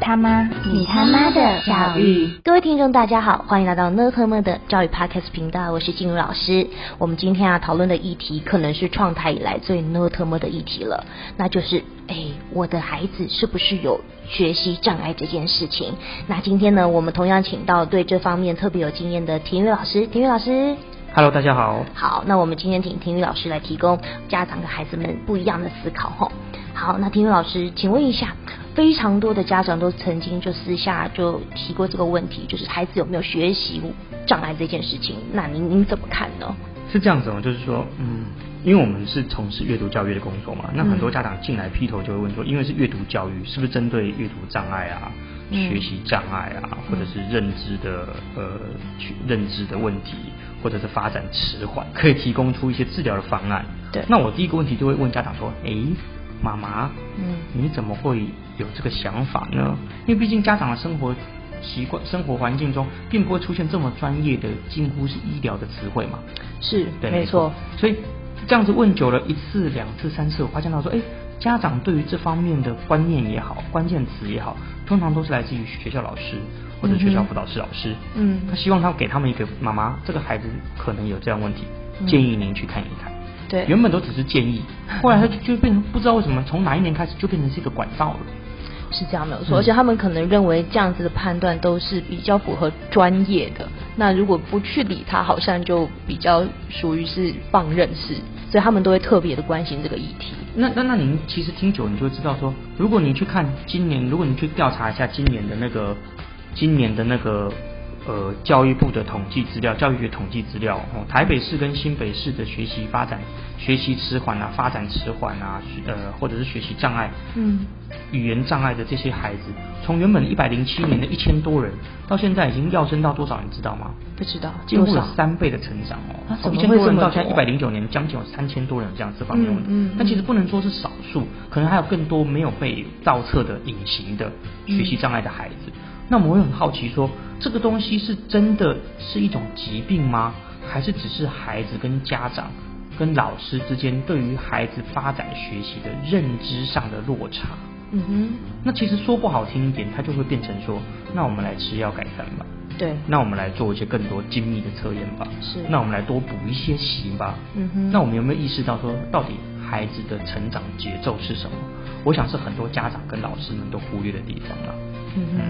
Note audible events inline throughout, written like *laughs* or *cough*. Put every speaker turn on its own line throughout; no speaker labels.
他妈，
你他妈的教育！
各位听众，大家好，欢迎来到呢特么的教育 Podcast 频道，我是静茹老师。我们今天啊讨论的议题，可能是创台以来最呢特么的议题了，那就是哎，我的孩子是不是有学习障碍这件事情？那今天呢，我们同样请到对这方面特别有经验的体育老师，体育老师。
Hello，大家好。
好，那我们今天请婷宇老师来提供家长和孩子们不一样的思考吼。好，那婷宇老师，请问一下，非常多的家长都曾经就私下就提过这个问题，就是孩子有没有学习障碍这件事情，那您您怎么看呢？
是这样子哦，就是说，嗯，因为我们是从事阅读教育的工作
嗯
嘛，那很多家长进来劈头就会问说，因为是阅读教育，是不是针对阅读障碍啊、
嗯
学习障碍啊，或者是认知的呃去认知的问题，或者是发展迟缓，可以提供出一些治疗的方案。
对
那我第一个问题就会问家长说，诶，妈妈，
嗯
你怎么会有这个想法呢？因为毕竟家长的生活习惯、生活环境中，并不会出现这么专业的，近乎是医疗的词汇嘛。
是
对，
没错，。
所以这样子问久了，一次、两次、三次，我发现到说，哎，家长对于这方面的观念也好，关键词也好，通常都是来自于学校老师或者学校
嗯哼
辅导室老师。
嗯
他希望他给他们一个妈妈，这个孩子可能有这样问题，
嗯
建议您去看一看。
对
原本都只是建议，后来他就就变成不知道为什么，从哪一年开始就变成是一个管道了。
是这样没有错，
嗯
而且他们可能认为这样子的判断都是比较符合专业的，那如果不去理他，好像就比较属于是放任式，所以他们都会特别的关心这个议题。
那那那您其实听久，你就会知道说，如果你去看今年，如果你去调查一下今年的那个今年的那个呃教育部的统计资料，教育局统计资料哦，台北市跟新北市的学习发展、学习迟缓啊、发展迟缓啊，学呃或者是学习障碍，
嗯，
语言障碍的这些孩子，从原本一百零七年的一千多人，到现在已经跃升到多少，你知道吗？
不知道
进步
多
了
少
三倍的成长哦
啊，
从一
怎
千
么会
多人
这么
到现在一
多
百零九年，将近有三千多人有这样这方面的问题。
嗯嗯嗯
但其实不能说是少数，可能还有更多没有被造册的隐形的学习障碍的孩子。那我们会很好奇说，这个东西是真的是一种疾病吗？还是只是孩子跟家长、跟老师之间对于孩子发展学习的认知上的落差？
嗯
那其实说不好听一点，它就会变成说，那我们来吃药改善吧。
哼，对，
那我们来做一些更多精密的测验吧。
是
那我们来多补一些习吧。
嗯哼
那我们有没有意识到说，到底孩子的成长节奏是什么？我想是很多家长跟老师们都忽略的地方啊啦。
嗯哼。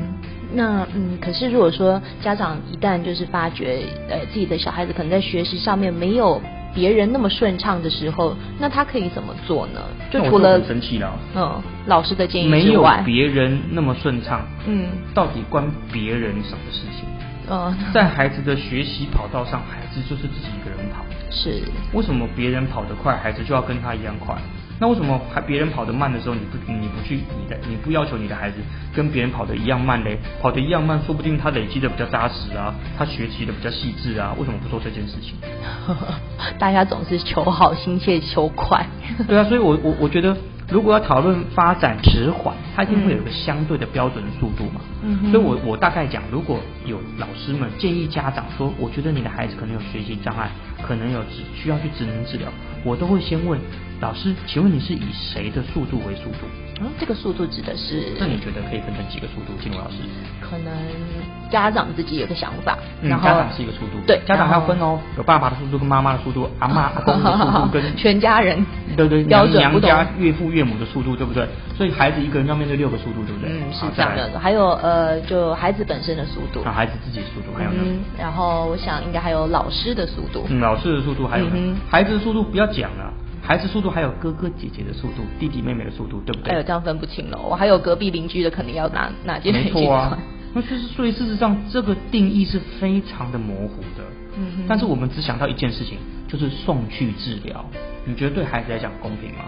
那嗯，可是如果说家长一旦就是发觉，呃，自己的小孩子可能在学习上面没有别人那么顺畅的时候，那他可以怎么做呢？就
那我
除了
很生气了
嗯，老师的建议
没
之
有
外，
别人那么顺畅，
嗯
到底关别人什么事情？
呃，
在孩子的学习跑道上，孩子就是自己一个人跑。
是
为什么别人跑得快，孩子就要跟他一样快？那为什么还别人跑得慢的时候，你不你不去你的你不要求你的孩子跟别人跑得一样慢嘞？跑得一样慢，说不定他累积的比较扎实啊，他学习的比较细致啊，为什么不做这件事情？
*laughs* 大家总是求好心切，求快。 *laughs*
对啊，所以我我我觉得，如果要讨论发展迟缓，它一定会有一个相对的标准速度嘛。
嗯哼
所以我我大概讲，如果有老师们建议家长说，我觉得你的孩子可能有学习障碍，可能有只需要去职能治疗，我都会先问老师，请问你是以谁的速度为速度？
嗯，这个速度指的是
那你觉得可以分成几个速度？金龙老师，
可能家长自己有个想法，
嗯，
然后
家长是一个速度，
对，
家长还
然
要
后
分哦，有爸爸的速度跟妈妈的速度，阿妈阿公的速度跟
*laughs* 全家人
对对，
标准
娘
不
娘
同
家岳父岳母的速度，对不对？所以孩子一个人要面对六个速度，对不对？
嗯，是
好
这样
再来
的。还有呃，就孩子本身的速度，
然后孩子自己的速度，还有呢，
嗯，然后我想应该还有老师的速度，
嗯，老师的速度，还有呢
嗯哼
孩子的速度不要讲了，孩子速度还有哥哥姐姐的速度，弟弟妹妹的速度，对不
哎呦，
对
这？样分不清了。我还有隔壁邻居的，肯定要拿哪件
没
去
错啊
算。
那就是，所以事实上，这个定义是非常的模糊的。
嗯哼
但是我们只想到一件事情，就是送去治疗。你觉得对孩子来讲公平吗？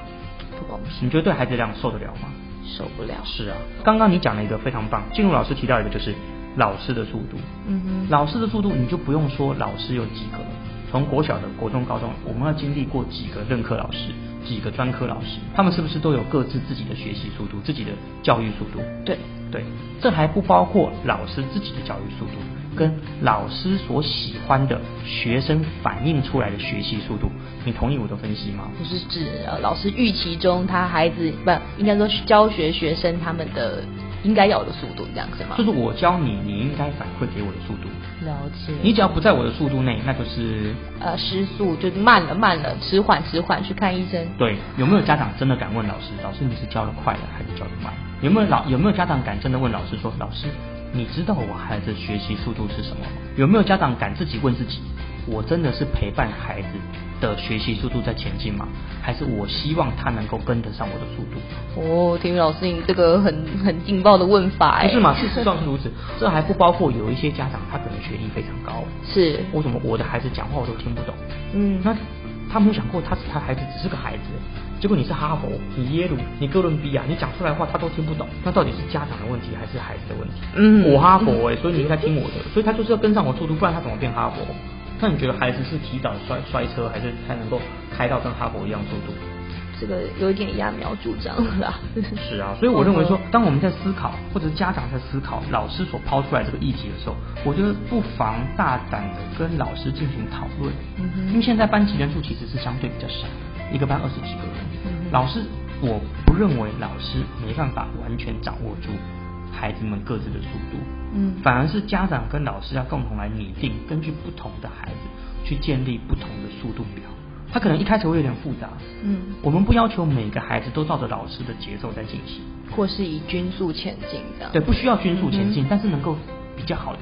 不公平，
你觉得对孩子来讲受得了吗？
*laughs* 受不了。
是啊，刚刚你讲了一个非常棒，静茹老师提到一个就是老师的速度。
嗯哼
老师的速度你就不用说老师有几个了，从国小的、国中、高中，我们要经历过几个任课老师、几个专科老师，他们是不是都有各自自己的学习速度、自己的教育速度？
对，
对，这还不包括老师自己的教育速度，跟老师所喜欢的学生反映出来的学习速度。你同意我的分析吗？
就是指呃老师预期中他孩子不应该说教学学生他们的
应该要有的速度，这样是吗？
就是我教你，你应该反馈给我的速度。
了解。
你只要不在我的速度内，那就是
呃失速就是慢了慢了，迟缓迟缓去看医生。
对。有没有家长真的敢问老师，老师你是教的快了还是教的慢？有没有老有没有家长敢真的问老师说，老师你知道我孩子学习速度是什么吗？有没有家长敢自己问自己，我真的是陪伴孩子的学习速度在前进吗？还是我希望他能够跟得上我的速度？
哦，体育老师，你这个很很劲爆的问法哎。
不是嘛？事实上是如此，这还不包括有一些家长他可能学历非常高，
是
为什么我的孩子讲话我都听不懂？
嗯
那他没有想过他他孩子只是个孩子，结果你是哈佛，你耶鲁，你哥伦比亚，你讲出来的话他都听不懂，那到底是家长的问题还是孩子的问题？
嗯
我哈佛哎、所以你应该听我的，所以他就是要跟上我速度，不然他怎么变哈佛？那你觉得孩子是提早摔摔车，还是才能够开到跟哈佛一样速度？
这个有一点揠苗助长 *laughs* 啦。
是啊，所以我认为
嗯
说，当我们在思考，或者是家长在思考老师所抛出来这个议题的时候，我觉得不妨大胆的跟老师进行讨论。
嗯哼
因为现在班级人数其实是相对比较少，一个班二十几个人。
嗯哼
老师，我不认为老师没办法完全掌握住孩子们各自的速度。
嗯
反而是家长跟老师要共同来拟定，根据不同的孩子去建立不同的速度表。他可能一开始会有点复杂，
嗯
我们不要求每个孩子都照着老师的节奏在进行，
或是以均速前进这样。
对，不需要均速前进，
嗯哼
但是能够比较好的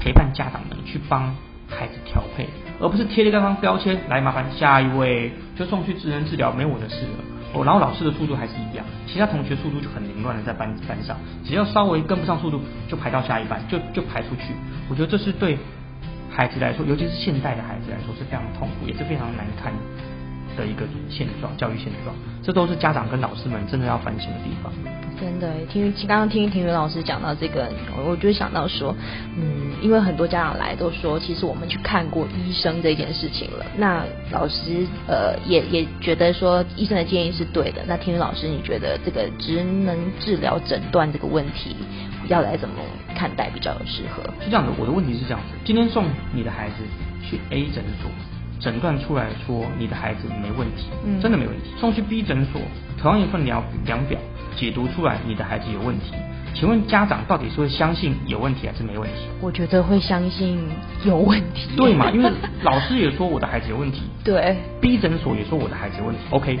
陪伴家长们去帮孩子调配，而不是贴了一张标签来麻烦下一位就送去职能治疗，没我的事了。哦，然后老师的速度还是一样，其他同学速度就很凌乱的在班班上，只要稍微跟不上速度，就排到下一班，就就排出去。我觉得这是对孩子来说，尤其是现代的孩子来说是非常痛苦，也是非常难堪的一个现状，教育现状，这都是家长跟老师们真的要反省的地方。
真的，听刚刚听庭云老师讲到这个，我我就想到说，嗯，因为很多家长来都说，其实我们去看过医生这件事情了。那老师呃也也觉得说医生的建议是对的。那庭云老师，你觉得这个职能治疗诊断这个问题，要来怎么看待比较适合？
是这样的，我的问题是这样子：今天送你的孩子去 A 诊所，诊断出来说你的孩子没问题，
嗯
真的没问题。送去 B 诊所，同样一份量量表，解读出来你的孩子有问题。请问家长到底是会相信有问题还是没
*laughs*
问题？
我觉得会相信有问题。
对嘛？因为老师也说我的孩子有问题
*laughs* 对，
，B 诊所也说我的孩子有问题，OK，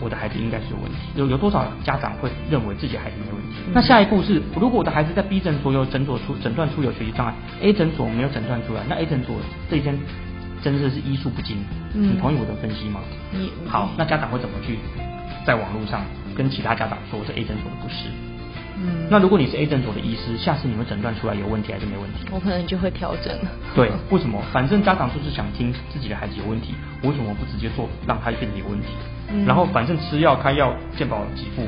我的孩子应该是有问题。有有多少家长会认为自己孩子没问题？
嗯
那下一步是，如果我的孩子在 B 诊所有诊所出诊断出有学习障碍，A 诊所没有诊断出来，那 A 诊所这一天真的是医术不精，
嗯
你同意我的分析吗？
你
好，那家长会怎么去在网络上跟其他家长说这 A 诊所的不是？
嗯
那如果你是 A 诊所的医师，下次你们诊断出来有问题还是没问题？
我可能就会调整了。
对，为什么？反正家长就是想听自己的孩子有问题，我为什么不直接做让他变得有问题？
嗯
然后反正吃药开药，健保给付，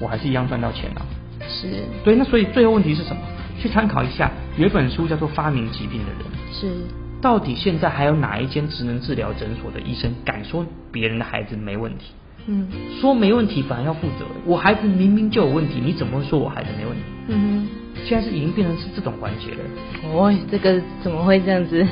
我还是一样赚到钱啊。
是
对，那所以最后问题是什么？去参考一下，有一本书叫做《发明疾病的人》，
是，
到底现在还有哪一间职能治疗诊所的医生敢说别人的孩子没问题？
嗯
说没问题反而要负责，我孩子明明就有问题，你怎么会说我孩子没问题？
嗯哼。
现在是已经变成是这种环节了。
哦，这个怎么会这样
*laughs*
子？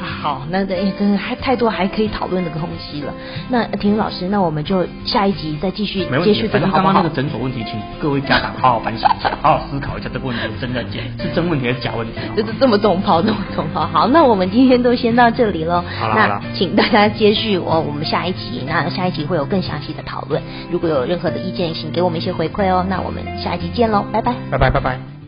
好，那等真的还太多还可以讨论的空隙了。那呃婷宇老师，那我们就下一集再继续
没问
接
题
续，这
反
个
正
好不
刚刚那
好
个？诊所问题，请各位家长好好反省一下，好好思考一下这个问题的真的假，是真问题还是假问题。
这这这么重炮，这么重炮，
好，那我们今天都先到这里喽。
好啦好啦
那请大家接续我我们下一集，那下一集会有更详细的讨论。如果有任何的意见，请给我们一些回馈哦。那我们下一集见喽，拜拜。
拜拜拜拜。